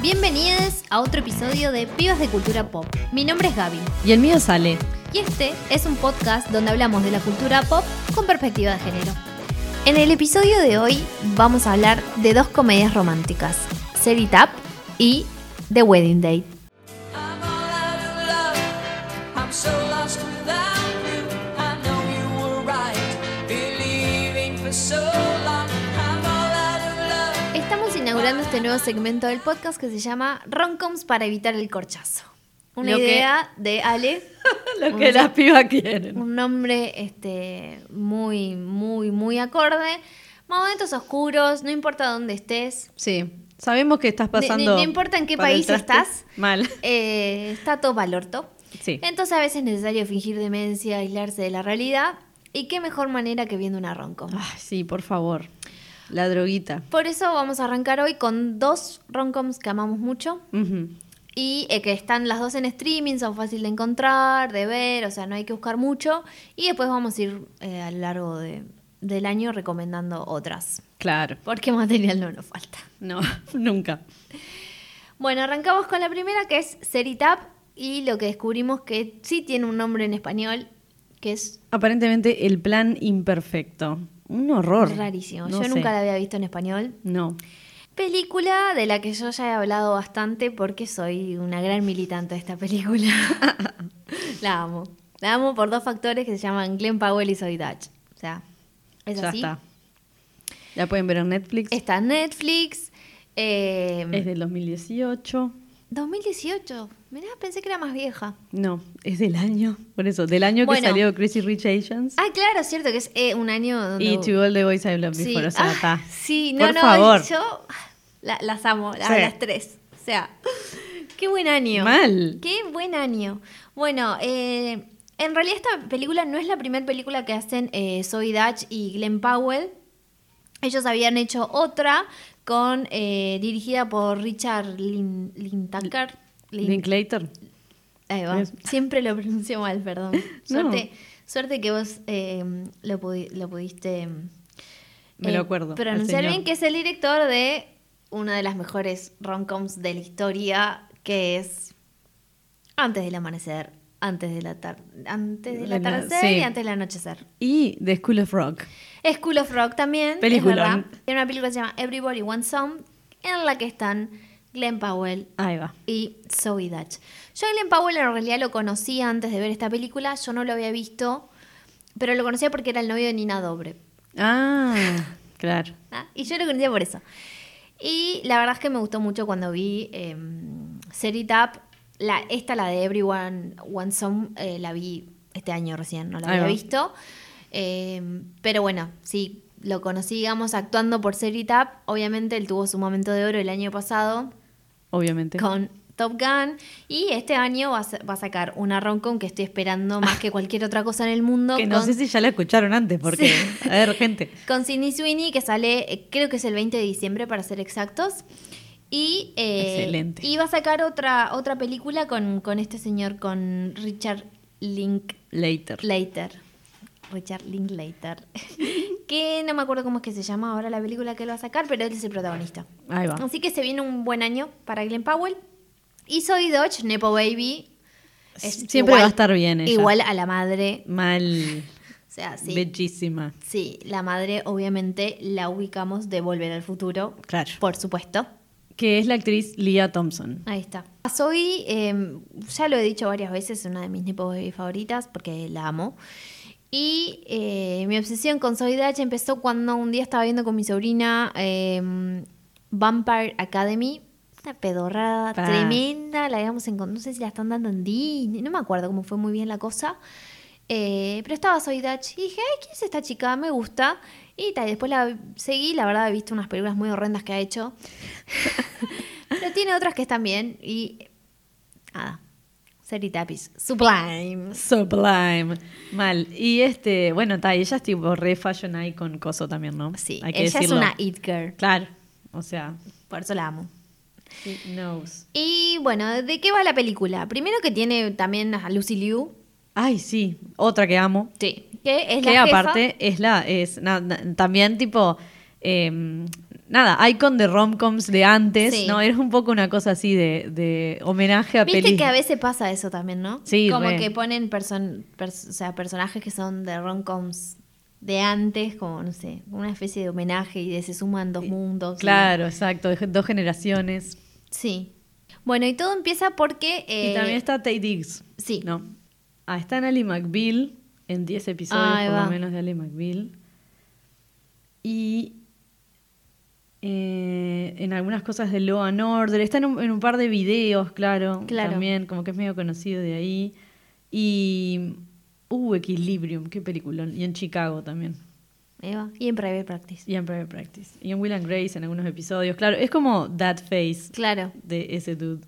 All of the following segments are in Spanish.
Bienvenidos a otro episodio de Pibas de Cultura Pop. Mi nombre es Gaby Y el mío sale. y este es un podcast donde hablamos de la cultura pop con perspectiva de género. En el episodio de hoy vamos a hablar de dos comedias románticas, Set It Up y The Wedding Date. I'm all out of love. I'm so lost without you. I know you were right, believing for so long. I'm all out of love. Estamos inaugurando este nuevo segmento del podcast que se llama Roncoms para evitar el corchazo. Una Lo que- idea de Ale, Lo que las pibas quieren. un nombre este, muy, muy, muy acorde. Momentos oscuros, no importa dónde estés, Sí. Sabemos que estás Ni- ni- pasando. no importa en qué para el país traste estás. Mal. eh, está todo valorto. Sí. Entonces a veces es necesario fingir demencia, aislarse de la realidad. Y qué mejor manera que viendo una roncom. Ay, sí, por favor. La droguita. Por eso vamos a arrancar hoy con dos roncoms que amamos mucho. Ujú. Y eh, que están las dos en streaming, son fácil de encontrar, de ver, o sea, no hay que buscar mucho. Y después vamos a ir eh, a lo largo de- del año recomendando otras. Claro. Porque material no nos falta. No, nunca. Bueno, arrancamos con la primera que es Seritap y lo que descubrimos que sí tiene un nombre en español, que es Aparentemente el plan imperfecto. Un horror. rarísimo. No yo sé. nunca la había visto en español. No. Película de la que yo ya he hablado bastante porque soy una gran militante de esta película. la amo. La amo por dos factores que se llaman Glenn Powell y Zoe Dutch. O sea, es ya así. está. La pueden ver en Netflix. Está en Netflix. eh, Es del 2018. 2018. Mirá, pensé que era más vieja. No, es del año. Por eso, del año Bueno. que salió Crazy Rich Asians. Ah, claro, es cierto que es eh, un año donde... Y To All the Boys I Loved Before. O sea, Ah, está. sí, no, Por no, favor. yo la- las amo, a Sí. las tres. O sea, qué buen año. Mal. Qué buen año. Bueno, eh, en realidad esta película no es la primera película que hacen eh, Zoe Dutch y Glenn Powell. Ellos habían hecho otra con eh, dirigida por Richard Lin, Linklater. Lin- Linklater. Ahí va. Es- Siempre lo pronuncio mal, perdón. No. Suerte, suerte que vos eh, lo, pudi- lo pudiste. em, Me lo acuerdo, al Pronunciar señor. bien que es el director de una de las mejores rom-coms de la historia, que es Antes del Amanecer, Antes, de la tar- antes del De la- atardecer sí. y Antes del Anochecer. Y The School of Rock. School of Rock también. Peliculón. Es verdad. Tiene una película que se llama Everybody Wants Some, en la que están Glenn Powell, Ahí va. y Zoe Dutch. Yo a Glenn Powell en realidad lo conocía antes de ver esta película, yo no lo había visto, pero lo conocía porque era el novio de Nina Dobre. Ah, claro. ¿ah? Y yo lo conocía por eso. Y la verdad es que me gustó mucho cuando vi eh, Set It Up. La, esta, la de Everyone One Some, eh, la vi este año recién, no la Ahí había va. visto. Eh, pero bueno, sí, lo conocí, digamos, actuando por Set It Up. Obviamente él tuvo su momento de oro el año pasado Obviamente. con Top Gun. Y este año va a, sa- va a sacar una roncon que estoy esperando más que cualquier otra cosa en el mundo. que no con, sé si ya la escucharon antes, porque. Sí. A ver, gente. con Sidney Sweeney, que sale, eh, creo que es el 20 de diciembre para ser exactos. Y, eh, Excelente. y va a sacar otra, otra película con, con este señor, con Richard Linklater. Later. Richard Linklater. que no me acuerdo cómo es que se llama ahora la película que él va a sacar, pero él es el protagonista. Ahí va. Así que se viene un buen año para Glenn Powell. Y Zoe Dodge, Nepo Baby. es Siempre va a estar bien ella. Igual a la madre. Mal. O sea, sí. Bellísima. Sí, la madre obviamente la ubicamos de Volver al Futuro. Claro. Por supuesto. Que es la actriz Leah Thompson. Ahí está. Zoe, eh, ya lo he dicho varias veces, es una de mis Nepo Baby favoritas porque la amo. Y eh, mi obsesión con Zoe Dutch empezó cuando un día estaba viendo con mi sobrina eh, Vampire Academy. Una pedorrada Pa. tremenda, la habíamos encontrado, no sé si la están dando en Disney, no me acuerdo cómo fue muy bien la cosa. Eh, pero estaba Zoe Dutch y dije, "Ay, ¿quién es esta chica? Me gusta. Y tal, después la seguí, la verdad he visto unas películas muy horrendas que ha hecho. Pero tiene otras que están bien y nada. Seritapis. Sublime. Sublime. Mal. Y este, bueno, ta, y ella es tipo re fashion icon coso también, ¿no? Sí, Hay ella que decirlo. es una it girl. Claro. O sea, Por eso la amo. she knows. Y bueno, ¿de qué va la película? Primero que tiene también a Lucy Liu. Ay, sí. Otra que amo. Sí. Que es que la jefa. aparte es la es na- na- también tipo eh, Nada, icon de romcoms de antes, Sí. ¿no? Era un poco una cosa así de, de homenaje a Viste pelis. que a veces pasa eso también, ¿no? Sí, Como re. que ponen person- pers- o sea, personajes que son de rom-coms de antes, como, no sé, una especie de homenaje y de se suman dos mundos. y- Claro, exacto, de dos generaciones. Sí. Bueno, y todo empieza porque... eh, y también está Tay Diggs. sí. No. Ah, está Natalie McBeal en 10 episodios, Ahí por va. lo menos, de Ali McBeal. Y eh, en algunas cosas de Law and Order. Está en un, en un par de videos, claro, Claro. También, como que es medio conocido de ahí. Y. Uh, Equilibrium, qué peliculón. Y en Chicago también. Ahí va. Y en Private Practice. Y en Private Practice. Y en Will and Grace en algunos episodios. Claro, es como That Face Claro. de ese dude.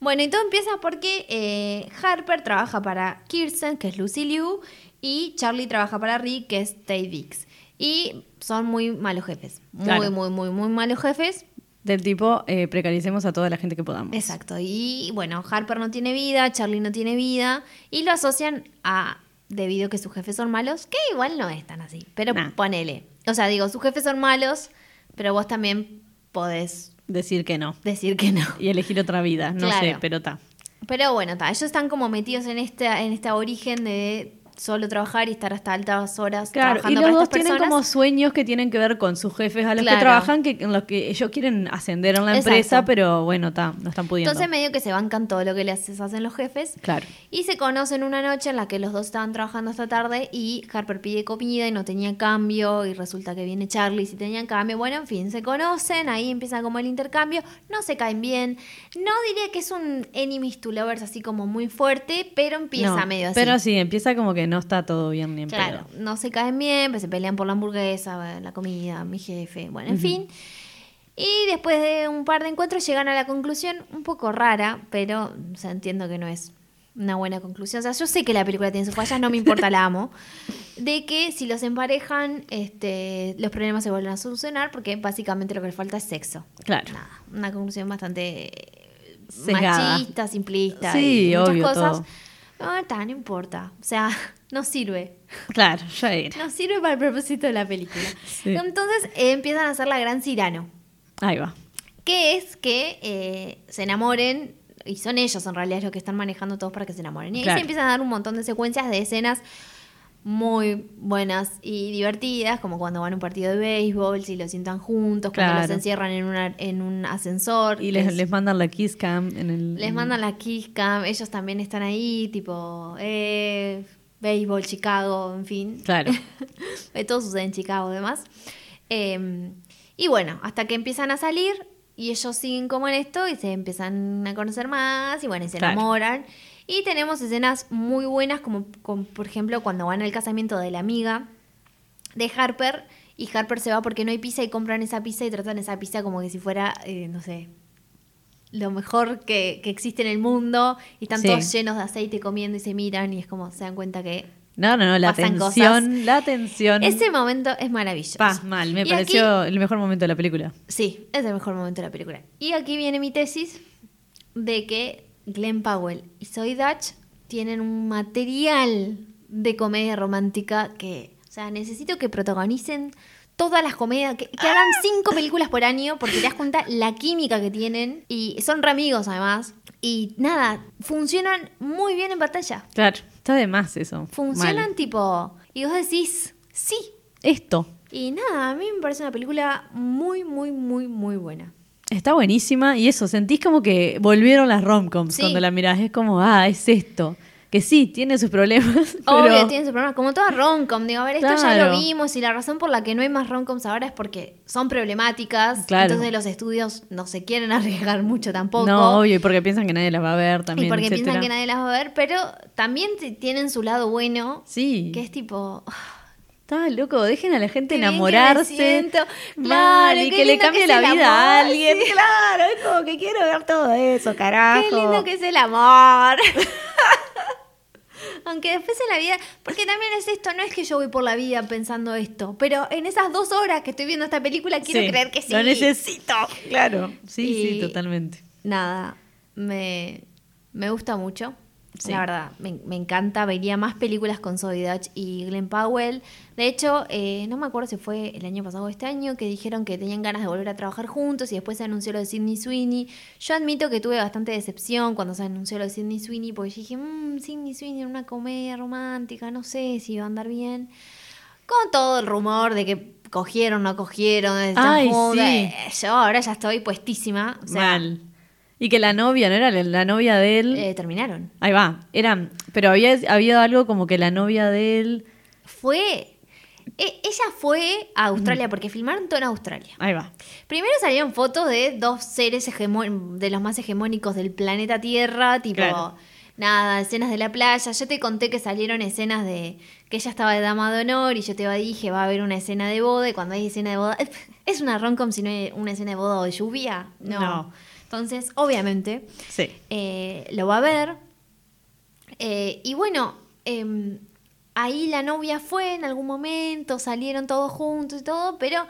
Bueno, y todo empieza porque eh, Harper trabaja para Kirsten, que es Lucy Liu, y Charlie trabaja para Rick, que es Tay Dix. Y son muy malos jefes. Muy, Claro. muy, muy, muy malos jefes. Del tipo, eh, precaricemos a toda la gente que podamos. Exacto. Y bueno, Harper no tiene vida, Charlie no tiene vida, y lo asocian a, debido a que sus jefes son malos, que igual no es tan así, pero Nah. ponele. O sea, digo, sus jefes son malos, pero vos también podés Decir que no. decir que no. y elegir otra vida, no Claro. sé, pero está. Pero bueno, ta, ellos están como metidos en este, en este origen de solo trabajar y estar hasta altas horas Claro, y trabajando los para dos estas tienen personas. como sueños que tienen que ver con sus jefes a los Claro. que trabajan, que en los que ellos quieren ascender en la Exacto. empresa, pero bueno, está, no están pudiendo. Entonces medio que se bancan todo lo que les hacen los jefes. Claro. Y se conocen una noche en la que los dos estaban trabajando hasta tarde y Harper pide comida y no tenía cambio y resulta que viene Charlie y si tenían cambio. Bueno, en fin, se conocen, ahí empieza como el intercambio, no se caen bien. No diría que es un enemies to lovers así como muy fuerte, pero empieza No, medio así. Pero sí, empieza como que no está todo bien ni en Claro, pedo. no se caen bien, pues se pelean por la hamburguesa, la comida, mi jefe, bueno, en fin. Y después de un par de encuentros llegan a la conclusión un poco rara, pero o sea, entiendo que no es una buena conclusión. O sea, yo sé que la película tiene sus fallas, no me importa, la amo. De que si los emparejan, este, los problemas se vuelven a solucionar porque básicamente lo que le falta es sexo. Claro. Nada, una conclusión bastante eh, Sesgada. machista, simplista Sí, y muchas obvio, cosas. todo. No, está, no importa. O sea, no sirve. Claro, ya era. No sirve para el propósito de la película. Sí. Entonces eh, empiezan a hacer la gran Cirano, Ahí va. que es que eh, se enamoren, y son ellos en realidad los que están manejando todos para que se enamoren. Y ahí Claro. se empiezan a dar un montón de secuencias de escenas muy buenas y divertidas, como cuando van a un partido de béisbol, si lo sientan juntos, cuando Claro. los encierran en, una- en un ascensor. Y les, les- les mandan la kiss cam en el. les mandan la kiss cam, ellos también están ahí, tipo, eh, béisbol, Chicago, en fin. Claro. Eh, Todo sucede en Chicago, además. Eh, y bueno, hasta que empiezan a salir y ellos siguen como en esto y se empiezan a conocer más y bueno, y se Claro. enamoran. Y tenemos escenas muy buenas, como, como, por ejemplo cuando van al casamiento de la amiga de Harper y Harper se va porque no hay pizza y compran esa pizza y tratan esa pizza como que si fuera, eh, no sé, lo mejor que, que existe en el mundo y están Sí. todos llenos de aceite comiendo y se miran y es como se dan cuenta que No, no, no, la Pasan cosas. tensión, la tensión. ese momento es maravilloso. Paz, mal, me Y pareció aquí- el mejor momento de la película. sí, es el mejor momento de la película. Y aquí viene mi tesis de que Glenn Powell y Zoe Dutch tienen un material de comedia romántica que, o sea, necesito que protagonicen todas las comedias, que, que hagan cinco películas por año, porque te das cuenta la química que tienen y son re amigos además. Y nada, funcionan muy bien en pantalla. Claro. Está de más eso. Funcionan Mal. tipo, y vos decís, sí, Esto. y nada, a mí me parece una película muy, muy, muy, muy buena. Está buenísima y eso, sentís como que volvieron las romcoms Sí. cuando la mirás, es como, ah, es esto. Que sí, tiene sus problemas, pero Obvio, tiene su problema. Como toda romcom, digo, a ver, esto ya Claro. lo vimos y la razón por la que no hay más romcoms ahora es porque son problemáticas. Claro. Entonces los estudios no se quieren arriesgar mucho tampoco. no, obvio, y porque piensan que nadie las va a ver también, y porque etcétera. piensan que nadie las va a ver, pero también t- tienen su lado bueno, Sí. que es tipo, "Ah, Está loco, dejen a la gente qué bien que me enamorarse. siento". Mal, Claro, y qué que le lindo cambie que es la el vida a amor, alguien. sí. Claro, es como que quiero ver todo eso, carajo. "Ah, qué lindo que es el amor. Aunque después en la vida, porque también es esto, no es que yo voy por la vida pensando esto, pero en esas dos horas que estoy viendo esta película quiero Sí, creer que sí. Lo necesito, claro. Sí, sí, Y- totalmente. Nada, me, me gusta mucho. Sí. La verdad, me, me encanta. Vería más películas con Zoe Dutch y Glenn Powell. De hecho, eh, no me acuerdo si fue el año pasado o este año que dijeron que tenían ganas de volver a trabajar juntos y después se anunció lo de Sidney Sweeney. Yo admito que tuve bastante decepción cuando se anunció lo de Sidney Sweeney porque yo dije, mmm, Sidney Sweeney en una comedia romántica, no sé si va a andar bien. Con todo el rumor de que cogieron, no cogieron, están Ay, juntos, sí. eh, yo ahora ya estoy puestísima. O sea, Mal. Y que la novia, ¿no era la, la novia de él? eh, terminaron. Ahí va. Era, pero había habido algo como que la novia de él. Fue. e- ella fue a Mm. Australia porque filmaron todo en Australia. Ahí va. Primero salieron fotos de dos seres hegemó- de los más hegemónicos del planeta Tierra, tipo. Claro. Nada, escenas de la playa. Yo te conté que salieron escenas de que ella estaba de dama de honor y yo te dije, va a haber una escena de boda y cuando hay escena de boda, es una rom-com si no hay una escena de boda o de lluvia. No. No. Entonces, obviamente, Sí. eh, lo va a ver. Eh, y bueno, em, ahí la novia fue en algún momento, salieron todos juntos y todo, pero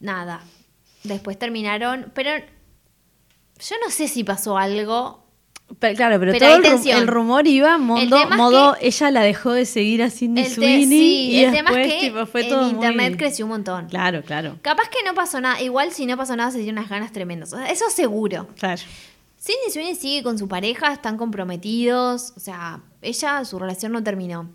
nada. Después terminaron, pero yo no sé si pasó algo. Pero, claro, pero, Pero todo hay el, rum- tensión. el rumor iba modo, El tema es modo que- ella la dejó de seguir a Cindy El te- Sweeney sí, y el tema después es que tipo, fue en todo muy- internet creció un montón. Claro, claro, Capaz que no pasó nada, igual si no pasó nada se dieron unas ganas tremendas. O sea, Eso seguro. claro. Sidney Sweeney sigue con su pareja, están comprometidos, o sea, ella, su relación no terminó.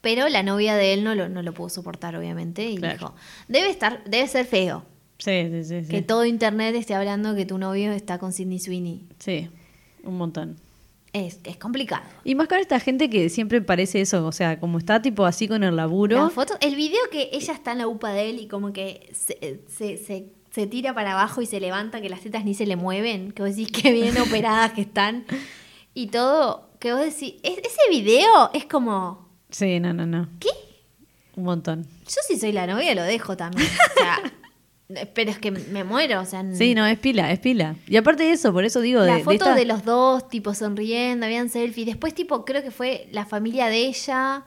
Pero la novia de él no lo, no lo pudo soportar, obviamente, y Claro. dijo, debe, estar, debe ser feo Sí, sí, sí. sí. que todo internet esté hablando que tu novio está con Sidney Sweeney. Sí, un montón. Es, es complicado. Y más con esta gente que siempre parece eso, o sea, como está tipo así con el laburo. La foto- el video que ella está en la upa de él y como que se, se- se- se tira para abajo y se levanta, que las tetas ni se le mueven, que vos decís que bien operadas que están, y todo, que vos decís, es- ese video es como... Sí, no, no, no. ¿Qué? Un montón. Yo si soy la novia lo dejo también. O sea, pero es que me muero. O sea, n- Sí, no, es pila, es pila. Y aparte de eso, por eso digo, de, la de foto esta- de los dos, tipo sonriendo, habían selfie. Después, tipo, creo que fue la familia de ella.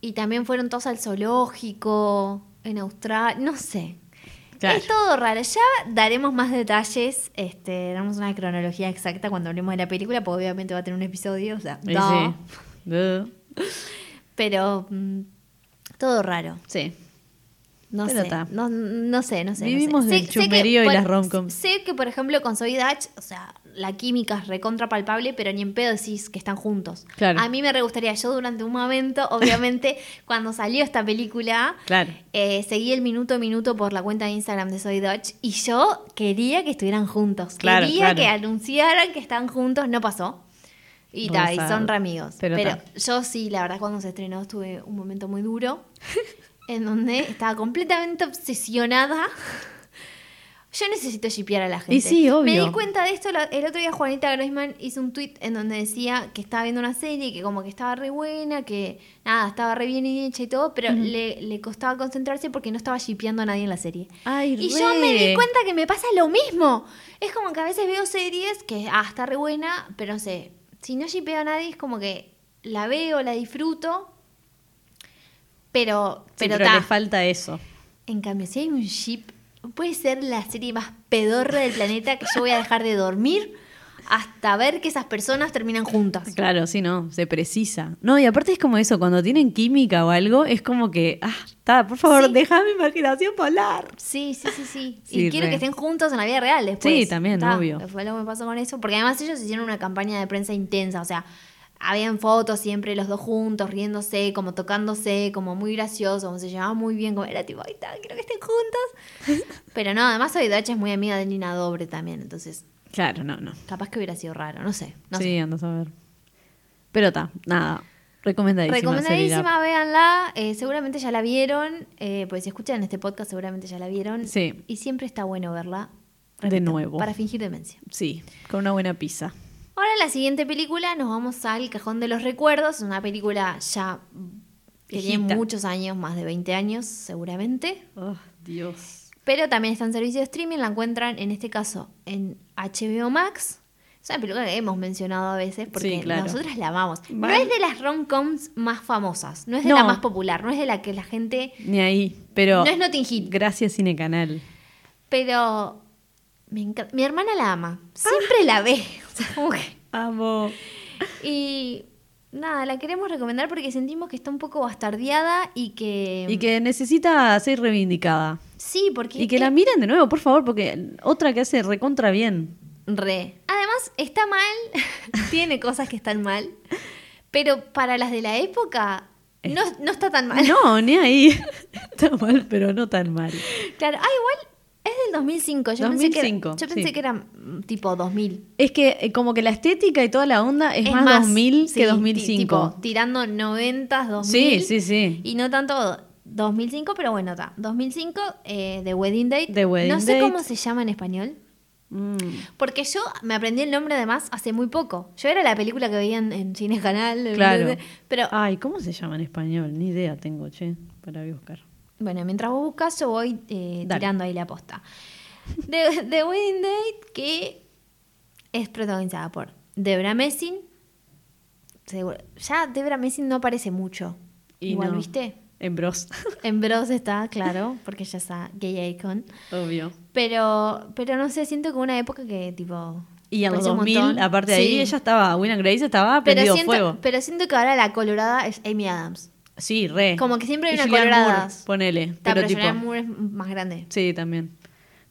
Y también fueron todos al zoológico, en Australia, no sé. Claro. Es todo raro. Ya daremos más detalles, este, daremos una cronología exacta cuando hablemos de la película, porque obviamente va a tener un episodio, o sea, Eh, no. sí. Duh. Pero mm, todo raro. Sí. No Pero sé, ta. no, no sé, no sé. no Vivimos sé. del chumerío y por- las romcoms. Sé que, por ejemplo, con Soy Dutch, o sea, la química es recontra palpable, pero ni en pedo decís que están juntos. Claro. A mí me re gustaría, yo durante un momento, obviamente, cuando salió esta película, Claro. eh, seguí el minuto a minuto por la cuenta de Instagram de Soy Dutch y yo quería que estuvieran juntos. Claro, quería claro. que anunciaran que están juntos, no pasó. Y, ta, y Rosado. son re amigos. Pero Pero, ta. yo sí, la verdad, cuando se estrenó estuve un momento muy duro en donde estaba completamente obsesionada. Yo necesito shipear a la gente. Y sí, obvio. Me di cuenta de esto la- el otro día. Juanita Groisman hizo un tweet en donde decía que estaba viendo una serie, que como que estaba re buena, que nada, estaba re bien hecha y todo, pero le, le costaba concentrarse porque no estaba shipeando a nadie en la serie. Ay, y yo me re. di cuenta que me pasa lo mismo. Es como que a veces veo series que, ah, está re buena, pero no sé, si no shipeo a nadie es como que la veo, la disfruto, pero, Sí, pero, pero ta. le falta eso. En cambio, si hay un ship, puede ser la serie más pedorra del planeta que yo voy a dejar de dormir hasta ver que esas personas terminan juntas. Claro, sí, no, se precisa. No, y aparte es como eso, cuando tienen química o algo, es como que, ah, está, por favor, Sí. deja mi imaginación volar. Sí, sí, sí, sí. Sí, y quiero re. que estén juntos en la vida real después. Sí, también, Ta, obvio. que Fue lo que me pasó con eso. Porque además ellos hicieron una campaña de prensa intensa. O sea, habían fotos siempre los dos juntos, riéndose, como tocándose, como muy gracioso, como se llevaban muy bien. Como era tipo, ahí está, quiero que estén juntos. Pero no, además hoy Dacha es muy amiga de Nina Dobre también. Entonces, Claro, no, no. capaz que hubiera sido raro. No sé. No sé. sí, andas a ver. Pero está, nada, recomendadísima. Recomendadísima, Serira. véanla. Eh, seguramente ya la vieron. eh, pues si escuchan este podcast, seguramente ya la vieron. Sí. Y siempre está bueno verla. De nuevo. Para fingir demencia. Sí, con una buena pizza. Ahora, la siguiente película, nos vamos al Cajón de los Recuerdos. Una película ya que tiene Viejita. muchos años, más de 20 años, seguramente. Oh, Dios. Pero también está en servicio de streaming. La encuentran, en este caso, en HBO Max. Es una película que hemos mencionado a veces porque Sí, claro. nosotras la amamos. No Mal. es de las rom-coms más famosas, no es de No. la más popular, no es de la que la gente Ni ahí, pero... No es Notting Hill. Gracias, Cinecanal. Pero me encanta. Mi hermana la ama. Siempre la ve. O sea, como que- Amo. Y nada, la queremos recomendar porque sentimos que está un poco bastardeada y que... Y que necesita ser reivindicada. sí, porque... Y que la es miren de nuevo, por favor, porque otra que hace recontra bien. Re. Además, está mal, tiene cosas que están mal, pero para las de la época no, no está tan mal. No, ni ahí. Está mal, pero no tan mal. Claro, ah, igual es del 2005. Yo pensé que, 2005, yo pensé sí. que era mm, tipo 2000. Es que eh, como que la estética y toda la onda es, más, 2000 sí, que ti- 2005. tipo, tirando 90, 2000. sí, sí, sí. Y no tanto 2005, pero bueno, está. 2005, eh, The Wedding Date. The Wedding no sé Date. cómo se llama en español. Mm. Porque yo me aprendí el nombre además hace muy poco. Yo era la película que veía en, en Cines Canal. Claro. Ah, Pero Ay, ¿cómo se llama en español? Ni idea tengo, che, para buscar. Bueno, mientras vos buscas, yo voy eh, Dale. tirando ahí la posta. The, The Wedding Date, que es protagonizada por Debra Messing. Seguro- Ya Debra Messing no aparece mucho. Y Igual, no. ¿viste? En Bros. En Bros está, claro, porque ya está gay e icon. Obvio. Pero, pero no sé, siento que una época que tipo... Y en los aparece un 2000, montón. aparte de Sí. ahí, ella estaba, Will and Grace estaba Pero prendido siento, fuego. pero siento que ahora la colorada es Amy Adams. Sí, re. Como que siempre hay Y una Julianne Moore, coloradas. ponele. Está, pero pero tipo, Julianne Moore es más grande. Sí, también.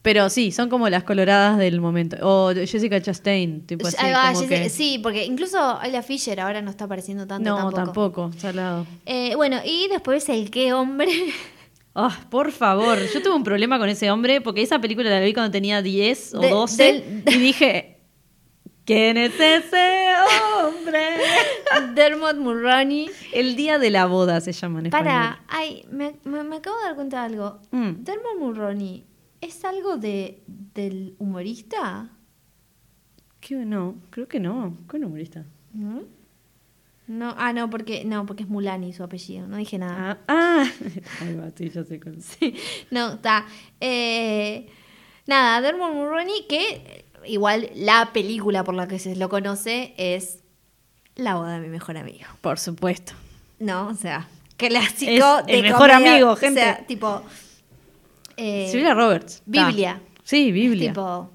Pero sí, son como las coloradas del momento. O Jessica Chastain, tipo así. Ahí va, como Jessica- que- Sí, porque incluso Ayla Fisher ahora no está apareciendo tanto. no, tampoco. tampoco, salado. Eh, bueno, y después el qué hombre. Ah, por favor, yo tuve un problema con ese hombre porque esa película la vi cuando tenía 10 o De- 12 del- y dije, ¿quién es ese hombre? Dermot Mulroney. El día de la boda se llama en español. Para, ay, me, me- me acabo de dar cuenta de algo. Mm. Dermot Mulroney, ¿es algo de, del humorista? ¿Qué? No, creo que no. ¿Qué humorista? ¿No? No, ah, no, porque no, porque es Mulani su apellido, no dije nada. Ah, ah. ahí va, sí, ya sé cuál. No, está. Eh, nada, Dermot Mulroney, que eh, igual la película por la que se lo conoce es La boda de mi mejor amigo. Por supuesto. No, o sea, clásico Es de el mejor comedia, amigo, o sea, gente. tipo. eh, Silvia Roberts. Ta. Biblia. Sí, Biblia. Tipo.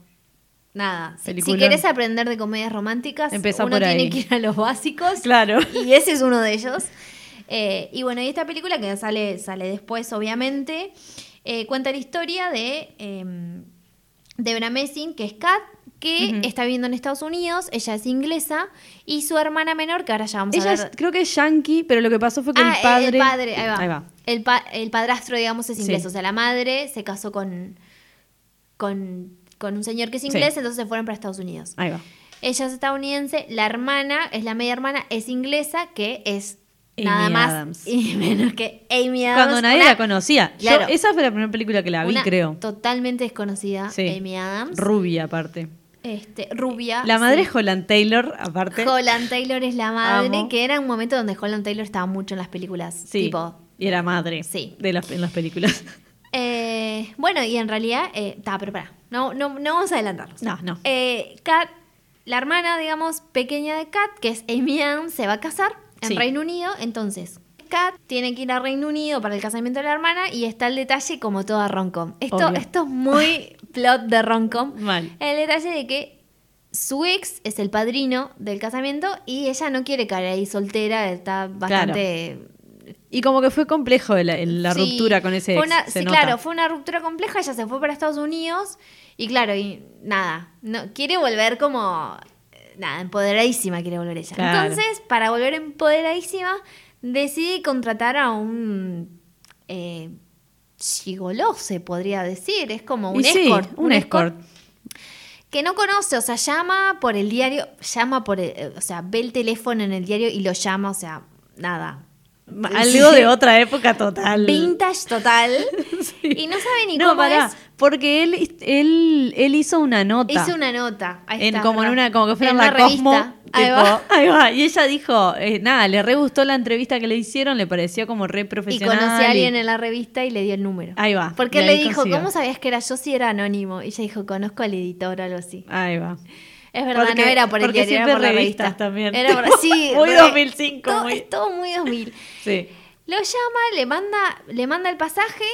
Nada. Si, si Peliculón. querés aprender de comedias románticas, Empezá uno por tiene ahí. que ir a los básicos. Claro. Y ese es uno de ellos. Eh, y bueno, y esta película que sale, sale después, obviamente, eh, cuenta la historia de eh, Debra Messing, que es Kat, que Ujú. está viviendo en Estados Unidos, ella es inglesa, y su hermana menor, que ahora ya vamos Ella a es- ver. creo que es yankee, pero lo que pasó fue que Ah, el El padre. padre, ahí va. El, pa- el padrastro, digamos, es Sí. inglés. O sea, la madre se casó con, con, con un señor que es Sí. inglés, entonces se fueron para Estados Unidos. Ahí va. Ella es estadounidense, la hermana, es la media hermana, es inglesa, que es Amy nada más Adams. y menos que Amy Adams. Cuando nadie una- la conocía. Yo- Claro. esa fue la primera película que la vi, una creo. Totalmente desconocida, Sí. Amy Adams. Rubia, aparte. este, rubia. La madre sí. es Holland Taylor, aparte. Holland Taylor es la madre, Amo. que era un momento donde Holland Taylor estaba mucho en las películas. sí. Tipo, Y era madre. Sí. De las, en las películas. Eh, bueno, y en realidad, eh, ta, pero pará, no, no, no vamos a adelantarnos. No, no. Eh, Kat, la hermana, digamos, pequeña de Kat, que es Amy Ann, se va a casar en Sí. Reino Unido, entonces... Kat tiene que ir a Reino Unido para el casamiento de la hermana y está el detalle como toda Roncom. Esto, Obvio. esto es muy plot de Roncom. Mal. El detalle de que su ex es el padrino del casamiento y ella no quiere caer ahí soltera, está bastante Y como que fue complejo el- el- la Sí, ruptura con ese fue ex, una- se sí, nota. claro, fue una ruptura compleja, ella se fue para Estados Unidos y claro, y nada, no, quiere volver como, eh, nada, empoderadísima quiere volver ella. Claro. Entonces, para volver empoderadísima, decide contratar a un... Eh, gigoló, se podría decir, es como un Y sí, escort. un escort. Que no conoce, o sea, llama por el diario, llama por, el- eh, o sea, ve el teléfono en el diario y lo llama, o sea, nada. Algo de otra época total. Vintage total. Sí. Y no sabe ni no, cómo pará, es. Porque él, él, él hizo una nota. Hice una nota. Ahí en, está, como, en ¿verdad? una, como que fuera en una la Cosmo. revista. tipo, Ahí va. ahí va. Y ella dijo, eh, nada, le re gustó la entrevista que le hicieron, le pareció como re Y profesional. conocí a y- alguien en la revista y le dio el número. Ahí va, Porque y él le ahí dijo, consiguió. ¿cómo sabías que era yo si era anónimo? Y ella dijo, conozco al editor o algo así. Ahí va. Es verdad, Porque- no era por el porque diario, era siempre por la revistas revista. también. Era por- sí, Muy re. 2005, Todo- muy- Es todo muy 2000. Sí. Lo llama, le manda, le manda el pasaje,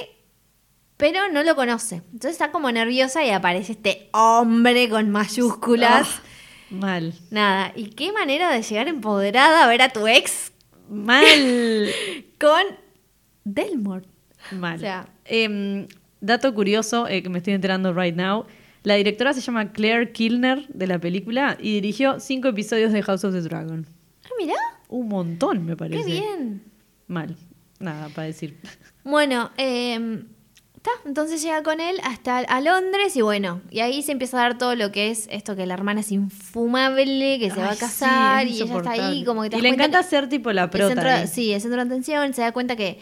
pero no Oh. lo conoce. Entonces está como nerviosa y aparece este hombre con mayúsculas. Mal. Nada, y qué manera de llegar empoderada a ver a tu ex Mal. con Delmore. Mal. O sea- Em, dato curioso eh, que me estoy enterando right now. La directora se llama Claire Kilner de la película y dirigió cinco episodios de House of the Dragon. Ah, mirá, Un montón, me parece. qué bien. Mal. Nada para decir. Bueno, eh, ta, entonces llega con él hasta a Londres y bueno, y ahí se empieza a dar todo lo que es esto que la hermana es infumable, que se va Ay, a sí, casar es y ella está ahí insoportable. como que te Y das le cuenta encanta que- ser tipo la el prota eh. centro- ahí. sí, el centro de atención, se da cuenta que,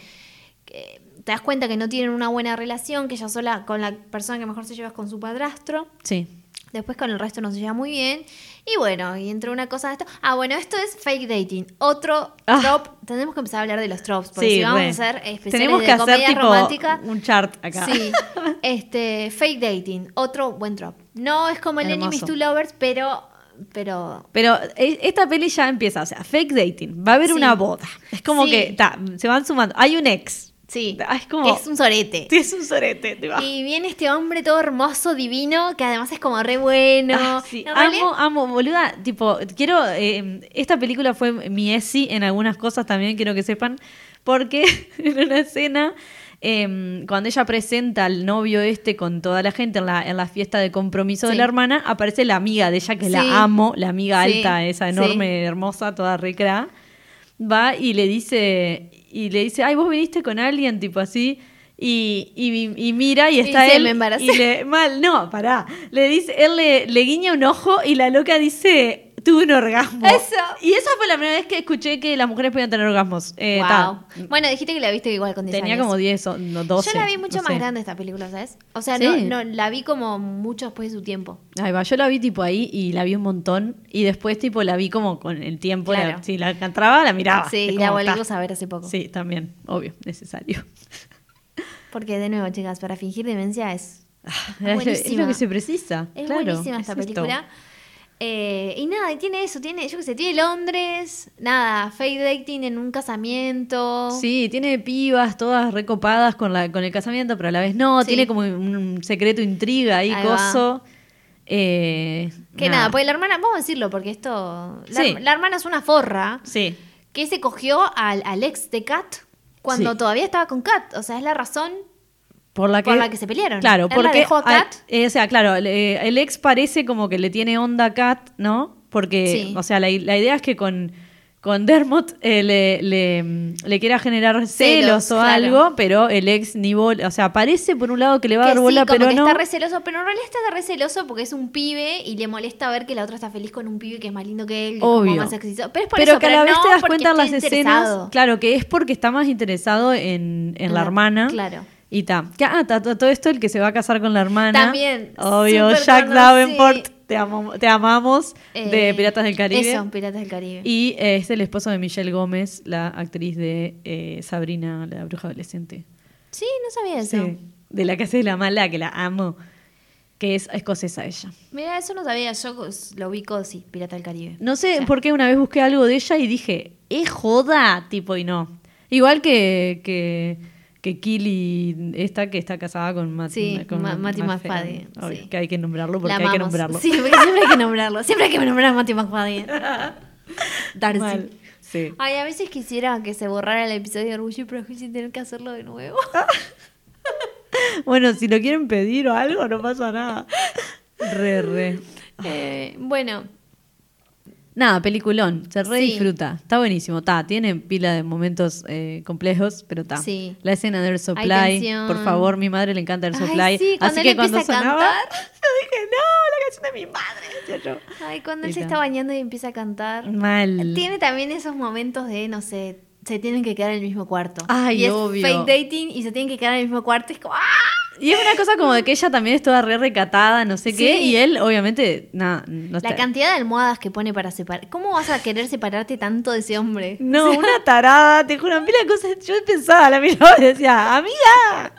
que te das cuenta que no tienen una buena relación, que ella sola con la persona que mejor se lleva es con su padrastro. Sí. Después con el resto no se lleva muy bien. Y bueno, y entre una cosa de esto. Ah, bueno, esto es fake dating. Otro Ah. trope. Tenemos que empezar a hablar de los tropes. Porque Sí, si vamos re. a hacer especiales Tenemos de que hacer comedia tipo romántica. un chart acá. Sí. Este, fake dating. Otro buen trope. No es como el Hermoso. Enemies to Lovers, pero. Pero. Pero eh, esta peli ya empieza, o sea, fake dating. Va a haber Sí. una boda. Es como Sí. que ta, se van sumando. Hay un ex. Sí. Ah, es como- Es un sorete. Sí, es un sorete. tipo. Y viene este hombre todo hermoso, divino, que además es como re bueno. Ah, sí. En realidad- Amo, amo, boluda. Tipo, quiero. eh, esta película fue mi Essie en algunas cosas también, quiero que sepan. Porque en una escena, eh, cuando ella presenta al novio este con toda la gente en la, en la fiesta de compromiso de Sí. la hermana, aparece la amiga de ella, que Sí. la amo, la amiga Sí, alta, esa sí. enorme, hermosa, toda recra. Va y le dice. Y le dice, ay, vos viniste con alguien, tipo así. Y, y- y mira, y está dice, él. "Me embaracé". y le- mal, no, pará. Le dice, él le, le guiña un ojo y la loca dice, tuve un orgasmo. Eso. Y esa fue la primera vez que escuché que las mujeres podían tener orgasmos. Eh, Wow. ta, Bueno, dijiste que la viste igual con 10 tenía años. como 10 o no, 12. Yo la vi mucho no más sé. grande esta película, ¿sabes? O sea, Sí. no, no, la vi como mucho después de su tiempo. Ahí va, yo la vi tipo ahí y la vi un montón. Y después tipo la vi como con el tiempo. la- Claro. si la encontraba, la miraba. sí, Es y la como, ta. volvimos a ver hace poco. Sí, también, obvio, necesario. Porque de nuevo, chicas, para fingir demencia es, Es lo- Es buenísima. lo que se precisa. es claro, buenísima esta Ah, es esto. película. Eh, y nada, y tiene eso, tiene, yo qué sé, tiene Londres, nada, fake dating en un casamiento. Sí, tiene pibas todas recopadas con, la, con el casamiento, pero a la vez no. Sí. Tiene como un, un secreto intriga ahí, Ahí va. coso. Eh, Que nada. pues, porque la hermana, vamos a decirlo, porque esto. La, Sí. la hermana es una forra Sí, que se cogió al, al ex de Kat cuando Sí. todavía estaba con Kat. O sea, es la razón por la que, Por la que se pelearon. Claro, Él la porque. dejó a Kat. ah, eh, o sea, claro, el, eh, el ex parece como que le tiene onda a Kat, ¿no? Porque, Sí. o sea, la, i- la idea es que con, con Dermot eh, le, le- le quiera generar celos, Celos, o claro. algo, pero el ex ni bola. O sea, parece por un lado que le va a que dar sí, bola, como pero que no. está receloso, pero en realidad está receloso porque es un pibe y le molesta ver que la otra está feliz con un pibe que es más lindo que él, que es como Obvio. más exitoso. Pero es por pero eso, que a la vez no te das porque cuenta en las estoy escenas, interesado. claro, que es porque está más interesado en, en La- la, hermana. claro. Y ta. Que, ah, ta- ta- todo esto, el que se va a casar con la hermana. También, Obvio, súper Jack conocí. Davenport, te, amo- te amamos, de Eh, Piratas del Caribe. Eso, Piratas del Caribe. Y eh, es el esposo de Michelle Gómez, la actriz de eh, Sabrina, la bruja adolescente. sí, no sabía eso. Sí. De la que hace de la mala, que la amo. Que es escocesa ella. Mira, eso no sabía, yo cos- lo ubico, sí, Pirata del Caribe. No sé O sea, por qué una vez busqué algo de ella y dije, ¡es joda! Tipo, y no. Igual que, que, que Kili, esta que está casada con Matt, Sí, con Ma- Matthew Matt McFadden, Fadden. Obvio, sí. Que hay que nombrarlo porque la hay que amamos. nombrarlo. Sí, porque siempre hay que nombrarlo. Siempre hay que nombrar a Matthew McFadden. Darcy. Mal. Sí. Ay, a veces quisiera que se borrara el episodio de Orgullo y Prejuicio y tener que hacerlo de nuevo. Bueno, si lo quieren pedir o algo, no pasa nada. Re, re. Eh, bueno, Nada, peliculón. Se re Sí. disfruta. Está buenísimo. Está, tiene pila de momentos eh, complejos, pero está. Sí. La escena de Air Hay Supply. tensión. Por favor, mi madre le encanta Air Ay, Supply. sí, cuando Así él que cuando empieza a sonaba, cantar. yo dije, no, la canción de mi madre. decía yo. ay, cuando él Y Mm. se ta. está bañando y empieza a cantar. Mal. Tiene también esos momentos de, no sé, se tienen que quedar en el mismo cuarto. Ay, y es obvio. fake dating y se tienen que quedar en el mismo cuarto. Es como, ¡ah! Y es una cosa como de que ella también es toda re recatada, no sé qué. Sí. Y él, obviamente, nada. No La está- cantidad de almohadas que pone para separar. ¿Cómo vas a querer separarte tanto de ese hombre? No, una tarada, te juro, a mí la cosa, yo pensaba, la miraba y decía, amiga,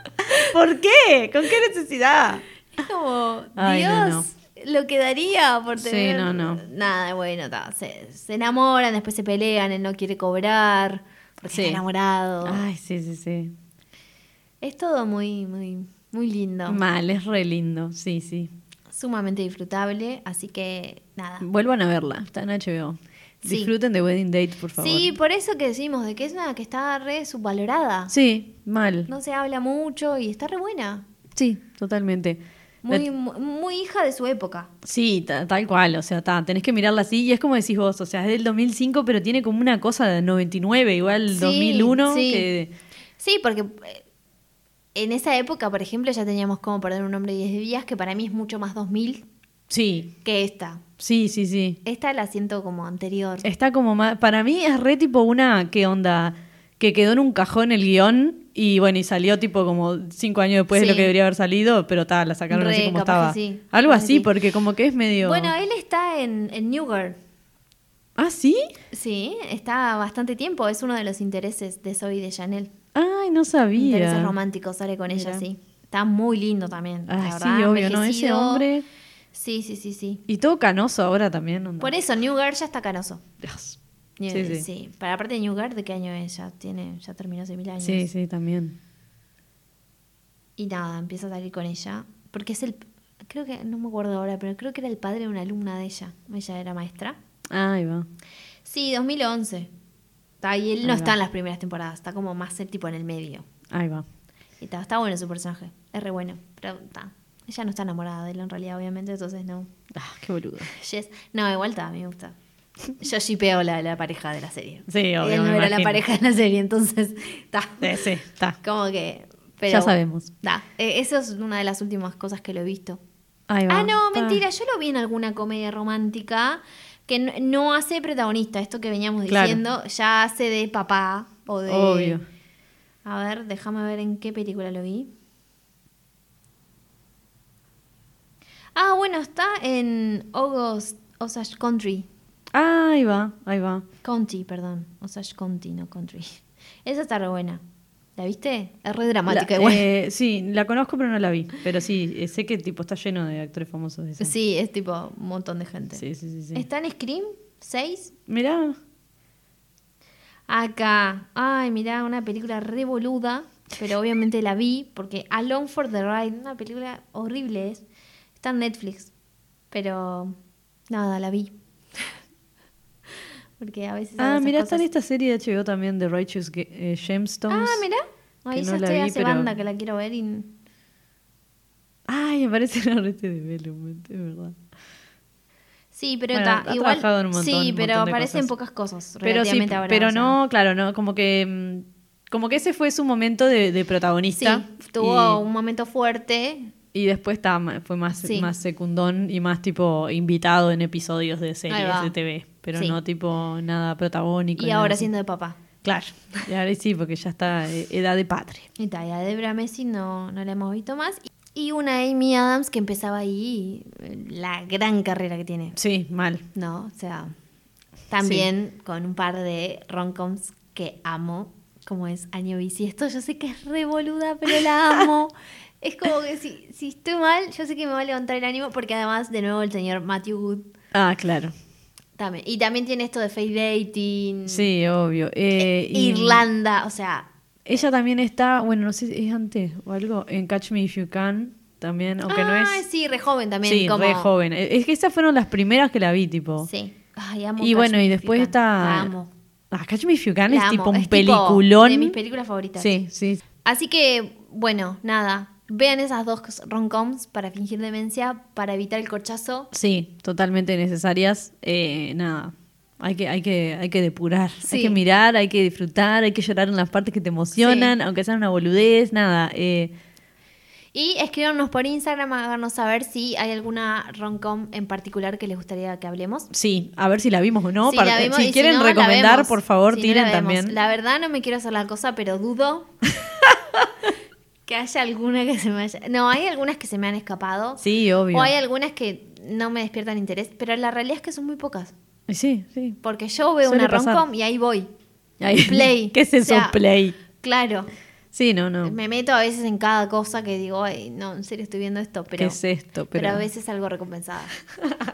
¿por qué? ¿Con qué necesidad? Es como, Ay, Dios, no, lo que daría por Sí, tener. no, no. Nada, bueno, ta, se, se enamoran, después se pelean, él no quiere cobrar porque Sí. está enamorado. Ay, sí, sí, sí. Es todo muy, muy, muy lindo. Mal, es re lindo, sí, sí. sumamente disfrutable, así que nada. Vuelvan a verla, está en HBO. Ah. Sí. Disfruten de Wedding Date, por favor. Sí, por eso que decimos, de que es una que está re subvalorada. Sí, mal. No se habla mucho y está re buena. Sí, totalmente. Muy, La- mu- muy hija de su época. Sí, ta- tal cual, o sea, ta, tenés que mirarla así y es como decís vos, o sea, es del 2005, pero tiene como una cosa de 99, igual Sí, 2001, sí. que Sí, porque eh, en esa época, por ejemplo, ya teníamos como perder un hombre de 10 días, que para mí es mucho más 2000 sí, que esta. sí, sí, sí. Esta la siento como anterior. Está como más. Para mí es re tipo una. ¿Qué onda? Que quedó en un cajón el guión y bueno, y salió tipo como cinco años después de lo Sí. que debería haber salido, pero tal, la sacaron Re, así como capaz que sí. estaba. Algo Capaz que así, sí. porque como que es medio. Bueno, él está en, en New Girl. ¿Ah, sí? Sí, está bastante tiempo. Es uno de los intereses de Zoe de Chanel. Ay, no sabía. Intereses románticos, sale con ella, Mira. sí. Está muy lindo también. la Ah, verdad, sí, obvio, ¿no? Ese envejecido. hombre. Sí, sí, sí, sí. Y todo canoso ahora también. onda. Por eso, New Girl ya está canoso. Dios. Ni- Sí, sí. sí. Para aparte de New Girl, ¿de qué año es? Ya, tiene, ya terminó hace mil años. Sí, sí, también. Y nada, empieza a salir con ella. Porque es el. Creo que. No me acuerdo ahora, pero creo que era el padre de una alumna de ella. Ella era maestra. Ahí va. Sí, 2011. Está, y él Ahí no va. está en las primeras temporadas. Está como más el tipo en el medio. Ahí va. Y está, está bueno su personaje. Es re bueno. Pero está. Ella no está enamorada de él en realidad, obviamente. Entonces no. Ah, qué boludo. Yes. No, igual está. Me gusta. Yo shipeo la, la pareja de la serie. Sí, obvio, Él me no era la imagino. pareja de la serie, entonces está. Eh, sí, está. Como que. pero- Ya sabemos. Da, eh, eso es una de las últimas cosas que lo he visto. Ahí va. Ah, no, Ta. mentira, yo lo vi en alguna comedia romántica que no, no hace protagonista, esto que veníamos Claro. diciendo, ya hace de papá o de... Obvio. A ver, déjame ver en qué película lo vi. Ah, bueno, está en August, Osage Country. Ahí va, ahí va. County, perdón. Osage County, no Country. Esa está re buena. ¿La viste? Es re dramática La- igual. eh, sí, la conozco pero no la vi. Pero sí, eh, sé que tipo está lleno de actores famosos. de esa. Sí, es tipo un montón de gente. sí, sí, sí. sí. ¿Está en Scream 6? Mirá, Acá. Ay, mirá, una película re boluda, pero obviamente la vi porque Alone for the Ride, una película horrible es. Está en Netflix, pero nada, la vi. porque a veces... hago ah, esas mirá, está en cosas. esta serie de HBO también de Righteous Ge- eh, Gemstones. Ah, mirá. Ahí que ya no la estoy vi, hace pero- banda que la quiero ver y... Ay, aparece la red de Bellum, es verdad. Sí, pero Bueno, ta, ha igual... trabajado en un montón- sí, un pero montón de aparecen cosas. pocas cosas. Pero sí, relativamente ahora, pero o sea. no, claro, no, como que mm, como que ese fue su momento de, de Sí, protagonista. tuvo y, un momento fuerte. y después está, ma- fue más, Sí. más secundón y más tipo invitado en episodios de va. series de TV, pero Sí. no tipo nada protagónico. Y nada ahora así. siendo de papá. Claro, y ahora sí, porque ya está eh, edad de padre. Y tal, a Debra Messi no, no la hemos visto más. Y una Amy Adams que empezaba ahí eh, la gran carrera que tiene. Sí, mal. No, o sea, también con un par de romcoms que amo, como es Año Bici. Esto yo sé que es re boluda, pero la amo. es como que si, si estoy mal, yo sé que me va a levantar el ánimo, porque además, de nuevo, el señor Matthew Wood Ah, claro. también. Y también tiene esto de fake dating, Sí, obvio. Eh, y Irlanda, o sea, Ella también está, bueno, no sé si es antes o algo, en Catch Me If You Can, también, aunque no ah, es. sí, re joven también. Sí, como, re joven. Eh, Es que esas fueron las primeras que la vi, tipo. Sí. Ay, amo Y bueno, Catch Me y If después You Can. La está. amo. Ah, Catch Me If You Can La es amo. tipo un Es peliculón. de mis películas favoritas. Sí, sí. Así que, bueno, nada. Vean esas dos rom-coms para fingir demencia, para evitar el corchazo. Sí, totalmente necesarias. Eh, nada. Hay que, hay que, hay que depurar, Sí. hay que mirar, hay que disfrutar, hay que llorar en las partes que te emocionan, Sí. aunque sean una boludez, nada. Eh, Y escríbanos por Instagram, háganos saber si hay alguna rom-com en particular que les gustaría que hablemos. sí, a ver si la vimos o no. si, Par- la vimos, y si si quieren no, la recomendar, vemos. por favor, Si no, la tiren vemos. también. La verdad no me quiero hacer la cosa, pero dudo que haya alguna que se me haya... No, hay algunas que se me han escapado. Sí, obvio. O hay algunas que no me despiertan interés, pero la realidad es que son muy pocas. Y Sí, sí. Porque yo veo Suele una pasar. romcom y ahí voy. Ahí- Play. ¿Qué es O eso, sea, play? Claro. Sí, no, no. Me meto a veces en cada cosa que digo, ay, no, en serio estoy viendo esto, pero. ¿Qué es esto? Pero, Pero, a veces algo recompensada.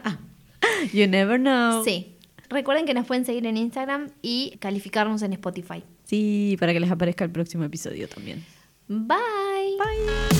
You never know. Sí. Recuerden que nos pueden seguir en Instagram y calificarnos en Spotify. Sí, para que les aparezca el próximo episodio también. Bye. Bye.